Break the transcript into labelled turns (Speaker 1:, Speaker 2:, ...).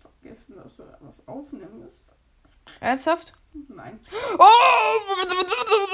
Speaker 1: vergessen, dass du was aufnimmst.
Speaker 2: Ernsthaft?
Speaker 1: Nein.
Speaker 2: Oh!